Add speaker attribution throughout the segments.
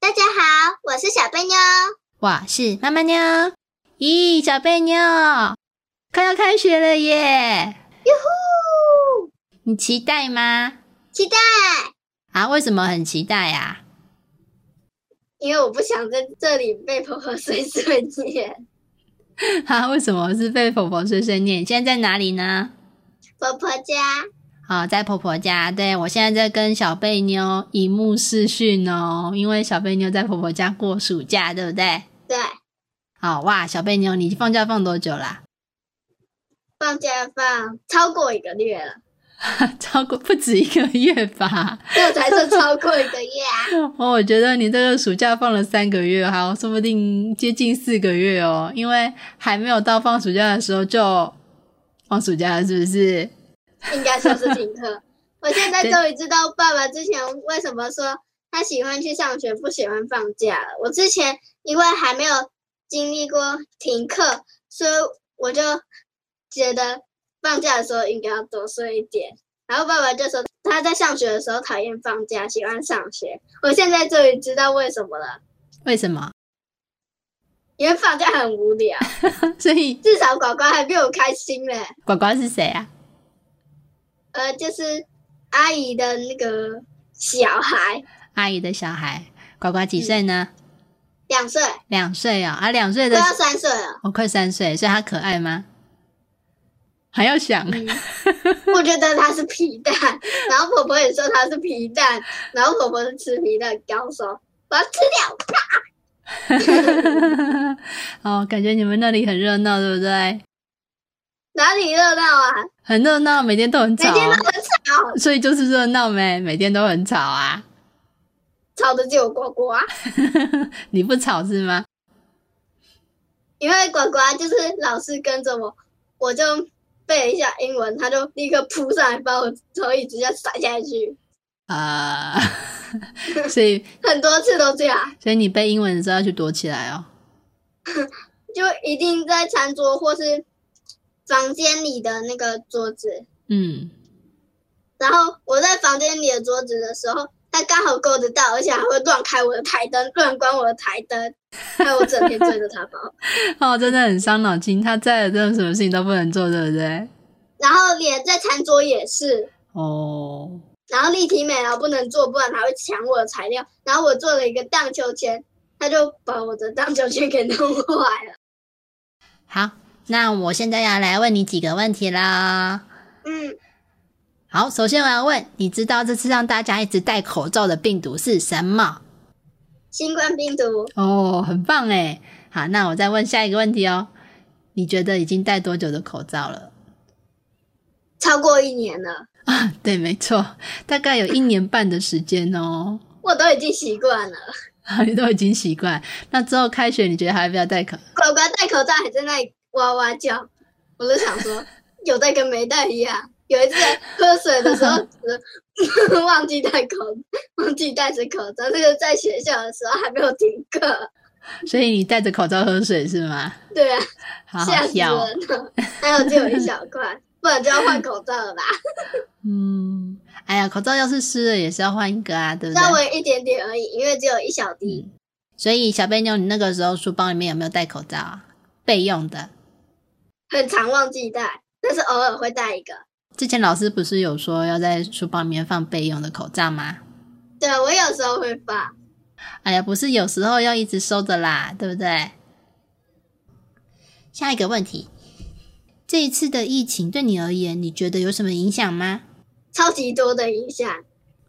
Speaker 1: 大家好，我是小贝妞。
Speaker 2: 我是妈妈妞。咦，小贝妞，快要开学了耶！
Speaker 1: 哟呼，
Speaker 2: 你期待吗？
Speaker 1: 期待！
Speaker 2: 啊，为什么很期待啊呀、
Speaker 1: 因为我不想在这里被婆婆碎碎念。
Speaker 2: 啊？为什么是被婆婆碎碎念？现在在哪里呢？
Speaker 1: 婆婆家，
Speaker 2: 好，在婆婆家。对我现在在跟小贝妞以目视讯哦，因为小贝妞在婆婆家过暑假，对不对？
Speaker 1: 对，
Speaker 2: 好哇，小贝妞，你放假放多久啦？
Speaker 1: 放假放超过一个月了，
Speaker 2: 超过不止一个月吧？
Speaker 1: 这才是超过一个月啊！
Speaker 2: 哦，我觉得你这个暑假放了三个月，还有说不定接近四个月哦，因为还没有到放暑假的时候就放暑假了，是不是？
Speaker 1: 应该说是停课。我现在终于知道爸爸之前为什么说他喜欢去上学，不喜欢放假了。我之前因为还没有经历过停课，所以我就觉得放假的时候应该要多睡一点。然后爸爸就说他在上学的时候讨厌放假，喜欢上学。我现在终于知道为什么了，
Speaker 2: 为什么？
Speaker 1: 因为放假很无聊。
Speaker 2: 所以
Speaker 1: 至少呱呱还比我开心嘞。
Speaker 2: 呱呱是谁啊？
Speaker 1: 呃，就是阿姨的那个小孩，
Speaker 2: 阿姨的小孩，呱呱几岁呢？
Speaker 1: 两岁，
Speaker 2: 两岁哦，啊，两岁
Speaker 1: 快
Speaker 2: 的，
Speaker 1: 要三岁了。
Speaker 2: 我、快三岁，所以他可爱吗？还要想，
Speaker 1: 嗯，我觉得他是皮蛋，然后婆婆也说他是皮蛋，然后婆婆是吃皮蛋糕说我要吃掉。
Speaker 2: 哦，感觉你们那里很热闹，对不对？
Speaker 1: 哪里热闹啊？
Speaker 2: 很热闹，每天都很
Speaker 1: 每
Speaker 2: 吵，哦啊
Speaker 1: 天都很吵，
Speaker 2: 所以就是热闹呗，每天都很吵啊。
Speaker 1: 吵的只有呱呱，啊
Speaker 2: 你不吵是吗？
Speaker 1: 因为呱呱就是老是跟着我，我就背了一下英文，他就立刻扑上来把我从椅子上甩下去，
Speaker 2: 啊、 所以
Speaker 1: 很多次都这样。
Speaker 2: 所以你背英文的时候要去躲起来哦。
Speaker 1: 就一定在餐桌或是房间里的那个桌子。
Speaker 2: 嗯，
Speaker 1: 然后我在房间里的桌子的时候，他刚好够得到，而且还会乱开我的台灯，乱关我的台灯，害我整天追着他跑。
Speaker 2: 哦，真的很伤脑筋，他在了，真的什么事情都不能做，对不对？
Speaker 1: 然后连在餐桌也是，
Speaker 2: 哦，
Speaker 1: 然后立体美劳不能做，不然他会抢我的材料。然后我做了一个荡秋千，他就把我的荡秋千给弄坏了。
Speaker 2: 好，那我现在要来问你几个问题啦。
Speaker 1: 嗯，
Speaker 2: 好，首先我要问，你知道这次让大家一直戴口罩的病毒是什么？
Speaker 1: 新冠病毒
Speaker 2: 哦，很棒哎。好，那我再问下一个问题哦。你觉得已经戴多久的口罩了？
Speaker 1: 超过一年了，
Speaker 2: 啊，对，没错，大概有一年半的时间哦。
Speaker 1: 我都已经习惯了。
Speaker 2: 你都已经习惯。那之后开学，你觉得还要不要戴口？
Speaker 1: 乖乖戴口罩还在那里哇哇叫，我就想说有戴跟没戴一样。有一次喝水的时候呃忘记戴口，忘记戴着口罩，这个在学校的时候还没有停课，
Speaker 2: 所以你戴着口罩喝水是吗？
Speaker 1: 对啊，
Speaker 2: 好
Speaker 1: 吓
Speaker 2: 好
Speaker 1: 死
Speaker 2: 笑哦。
Speaker 1: 人了。还有只有一小块，不然就要换口罩了吧？
Speaker 2: 嗯，哎呀，口罩要是湿了也 是要嗯换一个啊，对不
Speaker 1: 稍
Speaker 2: 对？
Speaker 1: 微一点点而已，因为只有一小滴。
Speaker 2: 所以小贝妞，你那个时候书包里面有没有戴口罩啊？备用的。
Speaker 1: 很常忘记戴，但是偶尔会戴一个。
Speaker 2: 之前老师不是有说要在书包里面放备用的口罩吗？
Speaker 1: 对啊我有时候会放，
Speaker 2: 哎呀，不是有时候要一直收的啦，对不对？下一个问题，这一次的疫情对你而言，你觉得有什么影响吗？
Speaker 1: 超级多的影响。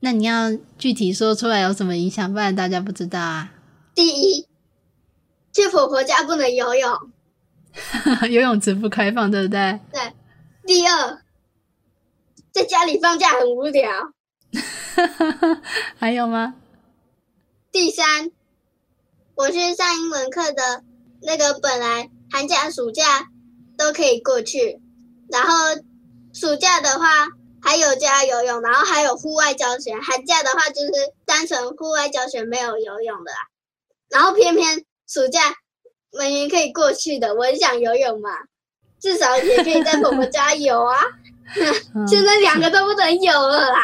Speaker 2: 那你要具体说出来有什么影响，不然大家不知道啊。
Speaker 1: 第一，去婆婆家不能游泳。
Speaker 2: 游泳池不开放，对不对？
Speaker 1: 第二，在家里放假很无聊。
Speaker 2: 还有吗？
Speaker 1: 第三，我去上英文课的那个本来寒假、暑假都可以过去，然后暑假的话还有加游泳，然后还有户外教学。寒假的话就是单纯户外教学，没有游泳的啦。然后偏偏暑假明明可以过去的，我很想游泳嘛，至少也可以在婆婆家游啊。
Speaker 2: 嗯
Speaker 1: 现在两个都不能游了啦。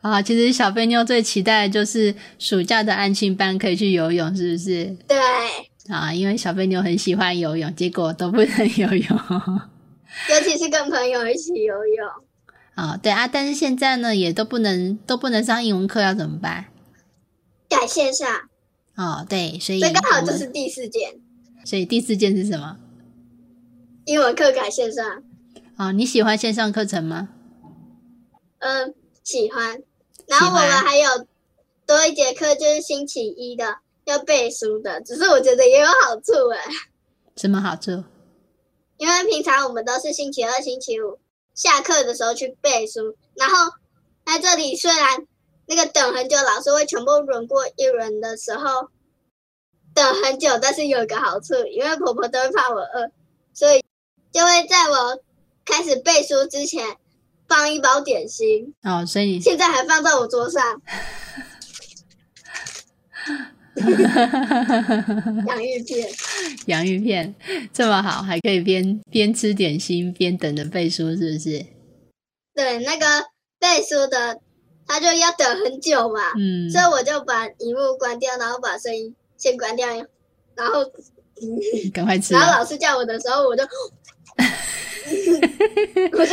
Speaker 2: 啊，其实小飞妞最期待的就是暑假的安庆班可以去游泳，是不是？
Speaker 1: 对，
Speaker 2: 啊，因为小飞妞很喜欢游泳，结果都不能游泳。
Speaker 1: 尤其是跟朋友一起游泳。
Speaker 2: 啊，对啊，但是现在呢，也都不能都不能上英文课，要怎么办？
Speaker 1: 改线上，
Speaker 2: 哦，对，所以
Speaker 1: 这刚好
Speaker 2: 我
Speaker 1: 就
Speaker 2: 们
Speaker 1: 是第四件，
Speaker 2: 所以第四件是什么？
Speaker 1: 英文课改线上。
Speaker 2: 哦，你喜欢线上课程吗？
Speaker 1: 嗯，喜欢。然后
Speaker 2: 喜
Speaker 1: 我
Speaker 2: 欢
Speaker 1: 们还有多一节课，就是星期一的要背书的，只是我觉得也有好处欸诶，
Speaker 2: 什么好处？
Speaker 1: 因为平常我们都是星期二、星期五下课的时候去背书，然后在这里虽然那个等很久，老师会全部轮过一轮的时候等很久，但是有个好处，因为婆婆都会怕我饿，所以就会在我开始背书之前放一包点心。
Speaker 2: 哦，所以
Speaker 1: 现在还放在我桌上，
Speaker 2: 你
Speaker 1: 洋芋片。
Speaker 2: 洋芋 片这么好，还可以边边吃点心边等着背书，是不是？
Speaker 1: 对，那个背书的，他就要等很久嘛，
Speaker 2: 嗯，
Speaker 1: 所以我就把荧幕关掉，然后把声音先关掉，然后
Speaker 2: 赶快吃
Speaker 1: 然后
Speaker 2: 啊！
Speaker 1: 老师叫我的时候， 我就我就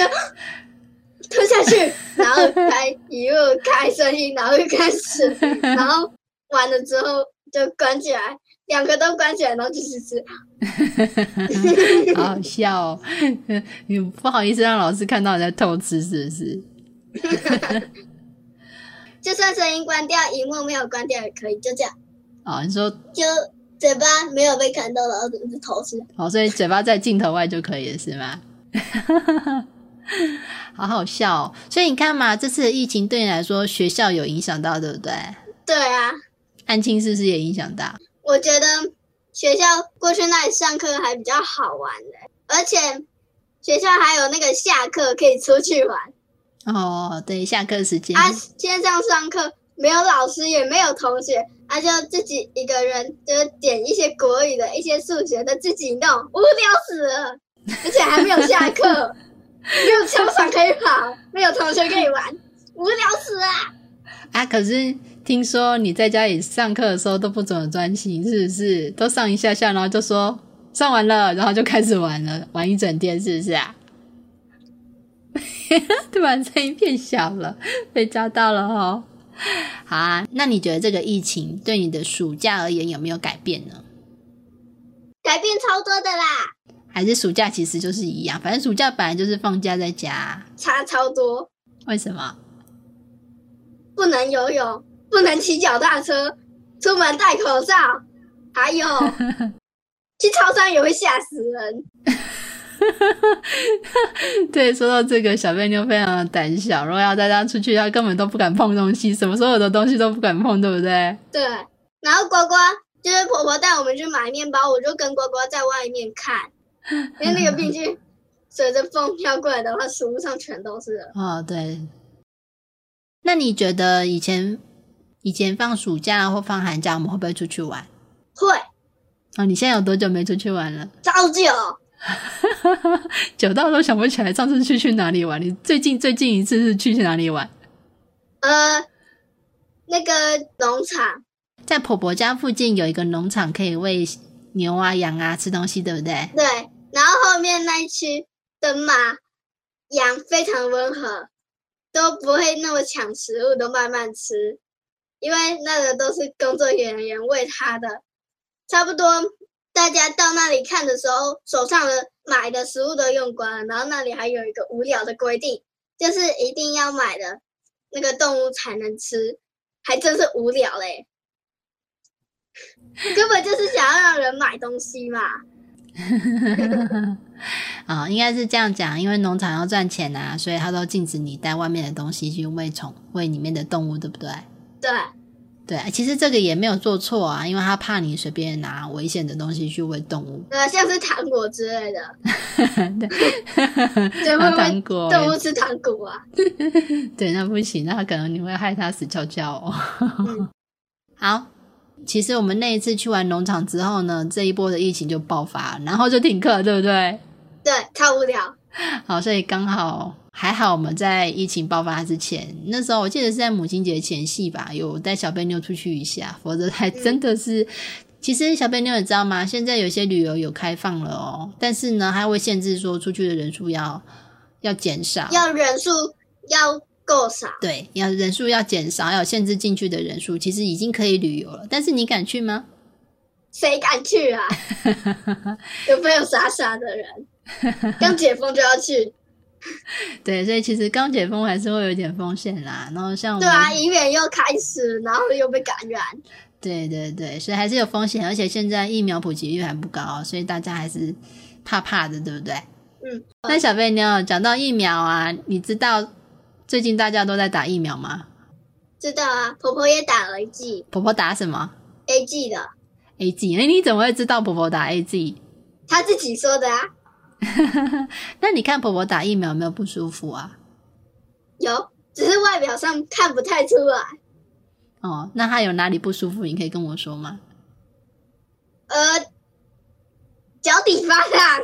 Speaker 1: 吞下去，然后开荧幕开声音，然后就开始，然后完了之后就关起来，两个都关起来，然后继续吃。
Speaker 2: 好好笑哦， 你不好意思让老师看到你在偷吃，是不是？
Speaker 1: 就算声音关掉，荧幕没有关掉也可以，就这样，
Speaker 2: 哦，你说
Speaker 1: 就嘴巴没有被看到，然后只是头是。
Speaker 2: 哦，所以嘴巴在镜头外就可以了，是吗？ 好好笑哦！所以你看嘛，这次的疫情对你来说，学校有影响到，对不对？
Speaker 1: 对啊，
Speaker 2: 安亲是不是也影响到？
Speaker 1: 我觉得学校过去那里上课还比较好玩的，而且学校还有那个下课可以出去玩
Speaker 2: 哦，对，下课时间，
Speaker 1: 啊。线上上课没有老师也没有同学，啊就自己一个人，就是点一些国语的、一些数学的自己弄，无聊死了。而且还没有下课，没有操场可以跑，没有同学可以玩，无聊死了。
Speaker 2: 啊，可是听说你在家里上课的时候都不怎么专心，是不是？都上一下下，然后就说上完了，然后就开始玩了，玩一整天，是不是啊？ 突然声音变小了， 被抓到了哦。好啊，那你觉得这个疫情对你的暑假而言有没有改变呢？
Speaker 1: 改变超多的啦，
Speaker 2: 还是暑假其实就是一样，反正暑假本来就是放假在家啊、
Speaker 1: 差超多。
Speaker 2: 为什么？
Speaker 1: 不能游泳，不能骑脚踏车，出门戴口罩，还有去超商也会吓死人。
Speaker 2: 对，说到这个，小贝妞非常的胆小，如果要带她出去，她根本都不敢碰东西，什么所有的东西都不敢碰，对不对？
Speaker 1: 对，然后呱呱就是婆婆带我们去买面包，我就跟呱呱在外面看，因为那个病菌随着风飘过来的话，食物上全都是了。
Speaker 2: 哦，对。那你觉得以前以前放暑假或放寒假，我们会不会出去玩？
Speaker 1: 会
Speaker 2: 哦，你现在有多久没出去玩了？
Speaker 1: 照旧，
Speaker 2: 久到都想不起来上次去去哪里玩。你最近最近一次是去哪里玩？
Speaker 1: 呃，那个农场
Speaker 2: 在婆婆家附近有一个农场，可以喂牛啊、羊啊吃东西，对不对？
Speaker 1: 对，然后后面那一区的马羊非常温和，都不会那么抢食物，都慢慢吃，因为那个都是工作人员喂它的。差不多大家到那里看的时候，手上的买的食物都用光了，然后那里还有一个无聊的规定，就是一定要买的那个动物才能吃，还真是无聊 嘞、根本就是想要让人买东西嘛。
Speaker 2: 啊、应该是这样讲，因为农场要赚钱啊，所以它都禁止你带外面的东西去喂宠喂里面的动物，对不对？
Speaker 1: 对，
Speaker 2: 对，啊其实这个也没有做错啊，因为他怕你随便拿危险的东西去喂动 物，
Speaker 1: 呃，像是糖果之类的，
Speaker 2: 对，拿
Speaker 1: 会不会
Speaker 2: 啊糖果
Speaker 1: 动物吃糖果啊。
Speaker 2: 对，那不行，那可能你会害它死翘翘哦。
Speaker 1: 嗯
Speaker 2: 好，其实我们那一次去完农场之后呢，这一波的疫情就爆发，然后就停课，对不对？
Speaker 1: 对，超无聊。
Speaker 2: 好，所以刚好还好我们在疫情爆发之前，那时候我记得是在母亲节前夕吧，有带小贝妞出去一下，否则还真的是。其实小贝妞，你知道吗？现在有些旅游有开放了哦，但是呢，它会限制说出去的人数要要减少，
Speaker 1: 要人数要够少，
Speaker 2: 对，要人数要减少，要有限制进去的人数，其实已经可以旅游了。但是你敢去吗？
Speaker 1: 谁敢 去啊？有没有傻傻的人？刚解封就 要去，
Speaker 2: 对，所以其实刚解封还是会有点风险啦。然后像我
Speaker 1: 对
Speaker 2: 们，
Speaker 1: 啊，营业又开始，然后又被感染，
Speaker 2: 对对对所以还是有风险，而且现在疫苗普及率还不高，所以大家还是怕怕的，对不对？
Speaker 1: 嗯。
Speaker 2: 那小贝妞，讲到疫苗啊，你知道最近大家都在打疫苗吗？
Speaker 1: 知道啊？婆婆也打了一剂
Speaker 2: 婆婆打什么
Speaker 1: A G 的，
Speaker 2: A G？哎，你怎么会知道婆婆打 A G？
Speaker 1: 她自己说的啊。
Speaker 2: 那你看婆婆打疫苗有没有不舒服啊？
Speaker 1: 有，只是外表上看不太出来。
Speaker 2: 哦，那她有哪里不舒服？你可以跟我说吗？
Speaker 1: 呃，脚底发烫，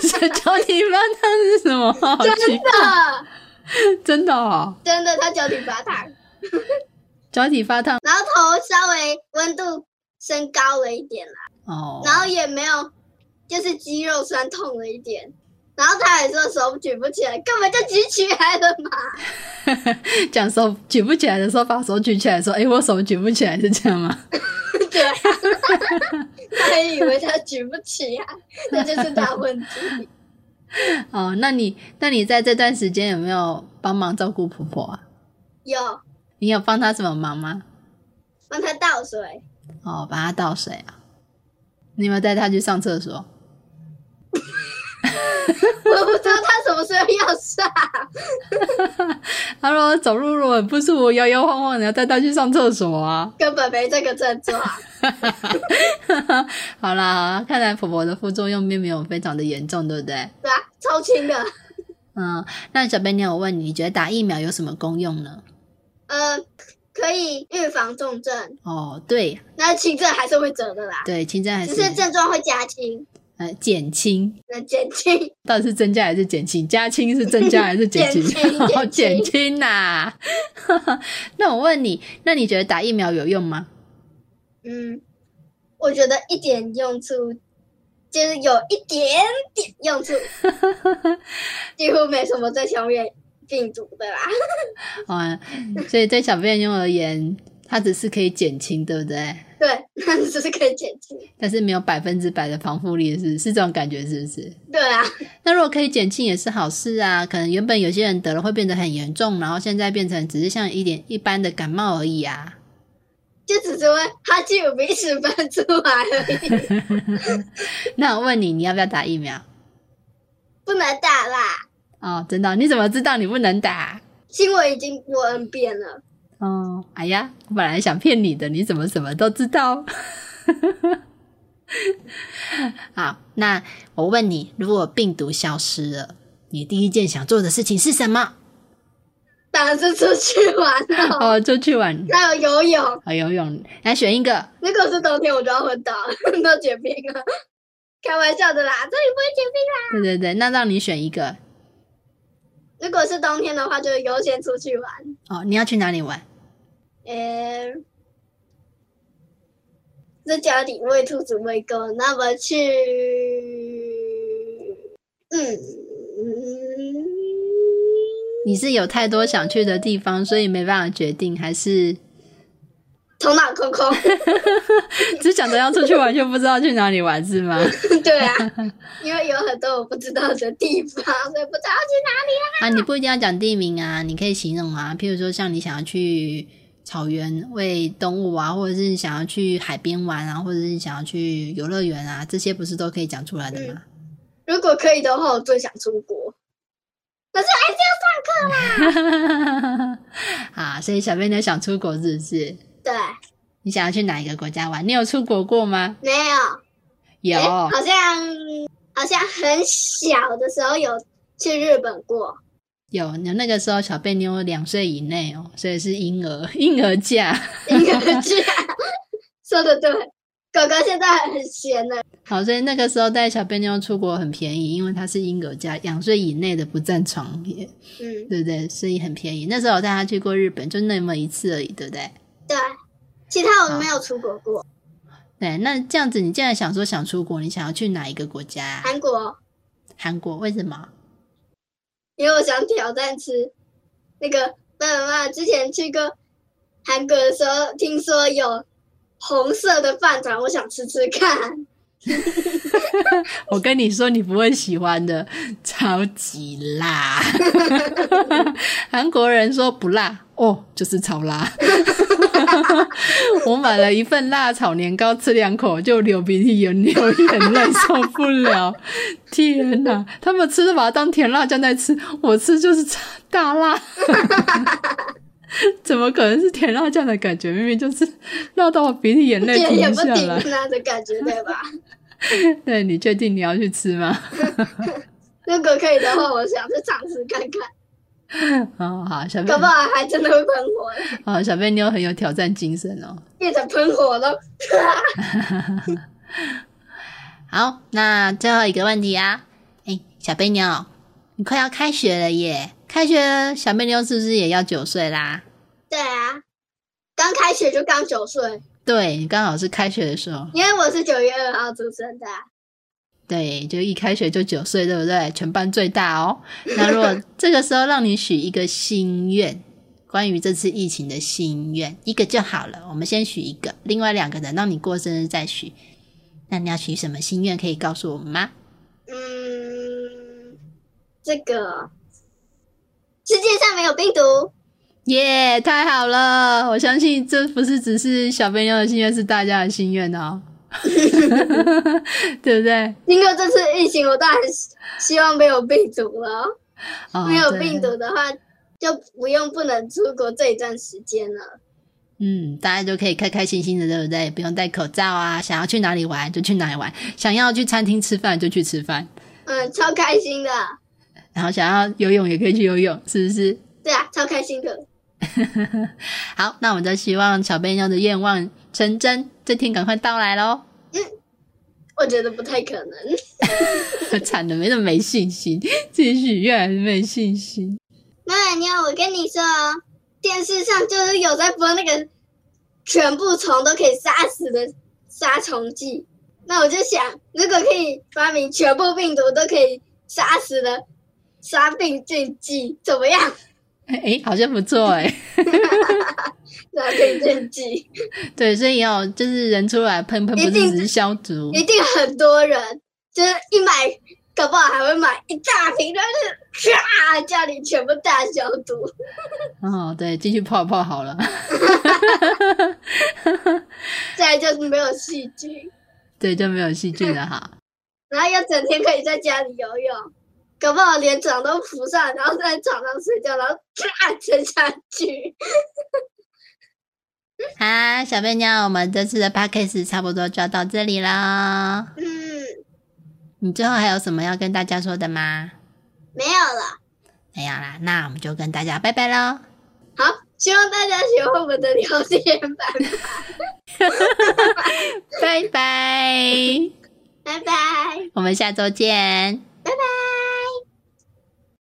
Speaker 2: 小 脚底发烫是什么？好奇
Speaker 1: 真的，
Speaker 2: 真的哦，
Speaker 1: 真的，她脚底发烫，
Speaker 2: 脚底发烫
Speaker 1: 然后头稍微温度升高了一点啦，
Speaker 2: 哦，
Speaker 1: 然后也没有，就是肌肉酸痛了一点。然后她还说手举不起来，根本就举起来了嘛。
Speaker 2: 讲手举不起来的时候，把手举起来，说：“哎，我手举不起来，是这样吗
Speaker 1: 对啊，她还以为她举不起来，那就是大问题。？”
Speaker 2: 哦，那你那你在这段时间有没有帮忙照顾婆婆啊？
Speaker 1: 有
Speaker 2: 你有帮她什么忙吗？
Speaker 1: 帮她倒水，
Speaker 2: 哦，把她倒水啊？你有没有带她去上厕所？
Speaker 1: 我不知道她什么时候要上。
Speaker 2: 她说走路如果很不舒服，摇摇晃晃，你要带她去上厕所啊。
Speaker 1: 根本没这个症状。
Speaker 2: 好啦，好啦看来婆婆的副作用并没有非常的严重，对不对？
Speaker 1: 对啊，超轻的。
Speaker 2: 嗯，那小贝妞，我问你，你觉得打疫苗有什么功用呢？
Speaker 1: 呃，可以预防重症，
Speaker 2: 哦，对
Speaker 1: 那轻症还是会得的啦，
Speaker 2: 对，轻症还
Speaker 1: 只
Speaker 2: 是
Speaker 1: 是症状会加轻，
Speaker 2: 呃减轻，
Speaker 1: 那减轻。？
Speaker 2: 到底是增加还是减轻？加轻是增加还是减轻
Speaker 1: 减轻
Speaker 2: 哦
Speaker 1: 减
Speaker 2: 减
Speaker 1: 轻
Speaker 2: 轻呐！ 那我问你，那你觉得打疫苗有用吗？
Speaker 1: 嗯，我觉得一点用处，就是有一点点用处，几乎没什么对消灭病毒的啦。
Speaker 2: 啊、所以对小朋友而言，它只是可以减轻，对不对？
Speaker 1: 对，那只是可以减轻。
Speaker 2: 但是没有百分之百的防护力，是是这种感觉，是不是？
Speaker 1: 对啊，
Speaker 2: 那如果可以减轻也是好事啊，可能原本有些人得了会变得很严重，然后现在变成只是像一点一般的感冒而已啊。
Speaker 1: 就只是会哈气有鼻屎喷出来而已，
Speaker 2: 那我问你，你要不要打疫苗？
Speaker 1: 不能打啦。
Speaker 2: 哦，真的哦？你怎么知道你不能打？
Speaker 1: 新闻已经有 N 遍了。
Speaker 2: 哦，哎呀，我本来想骗你的，你怎么什么都知道？ 好，那我问你，如果病毒消失了，你第一件想做的事情是什么？
Speaker 1: 当然是出去玩了，
Speaker 2: 哦，就去玩，
Speaker 1: 还有游泳。
Speaker 2: 哦，游泳，来选一个。
Speaker 1: 如果是冬天，我就要昏倒， 都结冰了。开玩笑的啦，这里不会啊结冰啦。
Speaker 2: 对对对，那让你选一个。
Speaker 1: 如果是冬天的话，就优先出去玩。
Speaker 2: 哦，你要去哪里玩？
Speaker 1: 诶、在家里喂兔子喂狗，那么去，嗯，
Speaker 2: 你是有太多想去的地方，所以没办法决定，还是
Speaker 1: 头脑空空。
Speaker 2: 只想着要出去玩，却不知道去哪里玩，是吗？
Speaker 1: 对啊，因为有很多我不知道的地方，所以不知道要去哪里。
Speaker 2: 啊，你不一定要讲地名啊，你可以形容啊，譬如说像你想要去草原喂动物啊，或者是想要去海边玩啊，或者是想要去游乐园啊，这些不是都可以讲出来的 吗？
Speaker 1: 如果可以的话，我最想出国。可是还是
Speaker 2: 啊，所以小贝妞想出国是不是？
Speaker 1: 要对，
Speaker 2: 你想要去哪一个国家玩？你有出国过吗？
Speaker 1: 没有。
Speaker 2: 有，
Speaker 1: 诶好像好像很小的时候有去日本过，
Speaker 2: 有，你那个时候小贝妞两岁以内哦，所以是婴儿 婴儿假。
Speaker 1: 应该是啊说的对。狗狗现在很闲的，
Speaker 2: 好，所以那个时候带小贝妞出国很便宜，因为它是婴儿假，两岁以内的不占床也，
Speaker 1: 嗯，
Speaker 2: 对不对？所以很便宜。那时候我带她去过日本，就那么一次而已，对不对？
Speaker 1: 对。其他
Speaker 2: 好
Speaker 1: 我没有出国过，
Speaker 2: 对，那这样子，你既然想说想出国，你想要去哪一个国家、啊？
Speaker 1: 韩国，
Speaker 2: 韩国？为什么？
Speaker 1: 因为我想挑战吃那个爸爸妈妈之前去过韩国的时候，听说有红色的饭团，我想吃吃看。
Speaker 2: 我跟你说，你不会喜欢的，超级辣。 韩国人说不辣哦，就是超辣。 我买了一份辣炒年糕，吃两口就流鼻涕、流流眼泪，受不了。天哪，他们吃是把它当甜辣酱在吃，我吃就是大辣。 怎么可能是甜辣酱的感觉？明明就是辣到我鼻涕眼泪
Speaker 1: 也也
Speaker 2: 停
Speaker 1: 不
Speaker 2: 下
Speaker 1: 顶
Speaker 2: 来。
Speaker 1: 那的感觉，对吧？
Speaker 2: 对你确定你要去吃吗？
Speaker 1: 如果可以的话，我想去尝试看看，
Speaker 2: 哦，好，小贝
Speaker 1: 搞不好还真的会喷火。
Speaker 2: 哦，小贝妞很有挑战精神哦。
Speaker 1: 变成喷火了。
Speaker 2: 好，那最后一个问题啊，哎，小贝妞，你快要开学了耶！开学了，小贝妞是不是也要九岁啦？
Speaker 1: 对啊，刚开学就刚九岁，
Speaker 2: 对你刚好是开学的时候，
Speaker 1: 因为我是九月二号出生的啊、
Speaker 2: 对，就一开学就九岁，对不对？全班最大哦。那如果这个时候让你许一个心愿，关于这次疫情的心愿，一个就好了。我们先许一个，另外两个等到你过生日再许。那你要许什么心愿？可以告诉我们吗？
Speaker 1: 嗯，这个世界上没有病毒，
Speaker 2: 耶太好了！我相信这不是只是小贝妞的心愿，是大家的心愿 哦，对不对？
Speaker 1: 经过这次疫情，我当然希希望没有病毒了。
Speaker 2: 哦
Speaker 1: 没有
Speaker 2: 对
Speaker 1: 病毒的话，就不用不能出国这一段时间了。
Speaker 2: 嗯，大家就可以开开心心的，对不对？不用戴口罩啊，想要去哪里玩就去哪里玩，想要去餐厅吃饭就去吃饭，
Speaker 1: 嗯，超开心的，
Speaker 2: 然后想要游泳也可以去游泳，是不是？
Speaker 1: 对啊，超开心的。
Speaker 2: 好，那我们就希望小贝妞的愿望成真，这天赶快到来喽！
Speaker 1: 我觉得不太可能。
Speaker 2: 惨的，没那么没信心，自己许愿没信心。
Speaker 1: 妈妈妞，我跟你说哦，电视上就是有在播那个全部虫都可以杀死的杀虫剂。那我就想，如果可以发明全部病毒都可以杀死的杀病菌剂，怎么样？
Speaker 2: 哎，好像不错哎。
Speaker 1: 杀病菌剂
Speaker 2: 对，所以哦，就是人出来喷喷，不是
Speaker 1: 一定
Speaker 2: 只是消毒
Speaker 1: 一，定很多人就是一买，搞不好还会买一大瓶，就是唰，家里全部大消毒。
Speaker 2: 哦，对，进去泡泡好了。
Speaker 1: 再来就是没有细菌。
Speaker 2: 对，就没有细菌了哈。
Speaker 1: 然后又整天可以在家里游泳，搞不好连床都铺上，然后在床上睡觉，然后啪沉下去。
Speaker 2: 好，小贝妞，我们这次的 p a c k a g e 差不多就要到这里啦。
Speaker 1: 嗯，
Speaker 2: 你最后还有什么要跟大家说的吗？
Speaker 1: 没有了。
Speaker 2: 没有啦，那我们就跟大家拜拜喽。
Speaker 1: 好，希望大家喜欢我们的聊天吧，
Speaker 2: 拜拜，
Speaker 1: 拜拜。
Speaker 2: 我们下周见。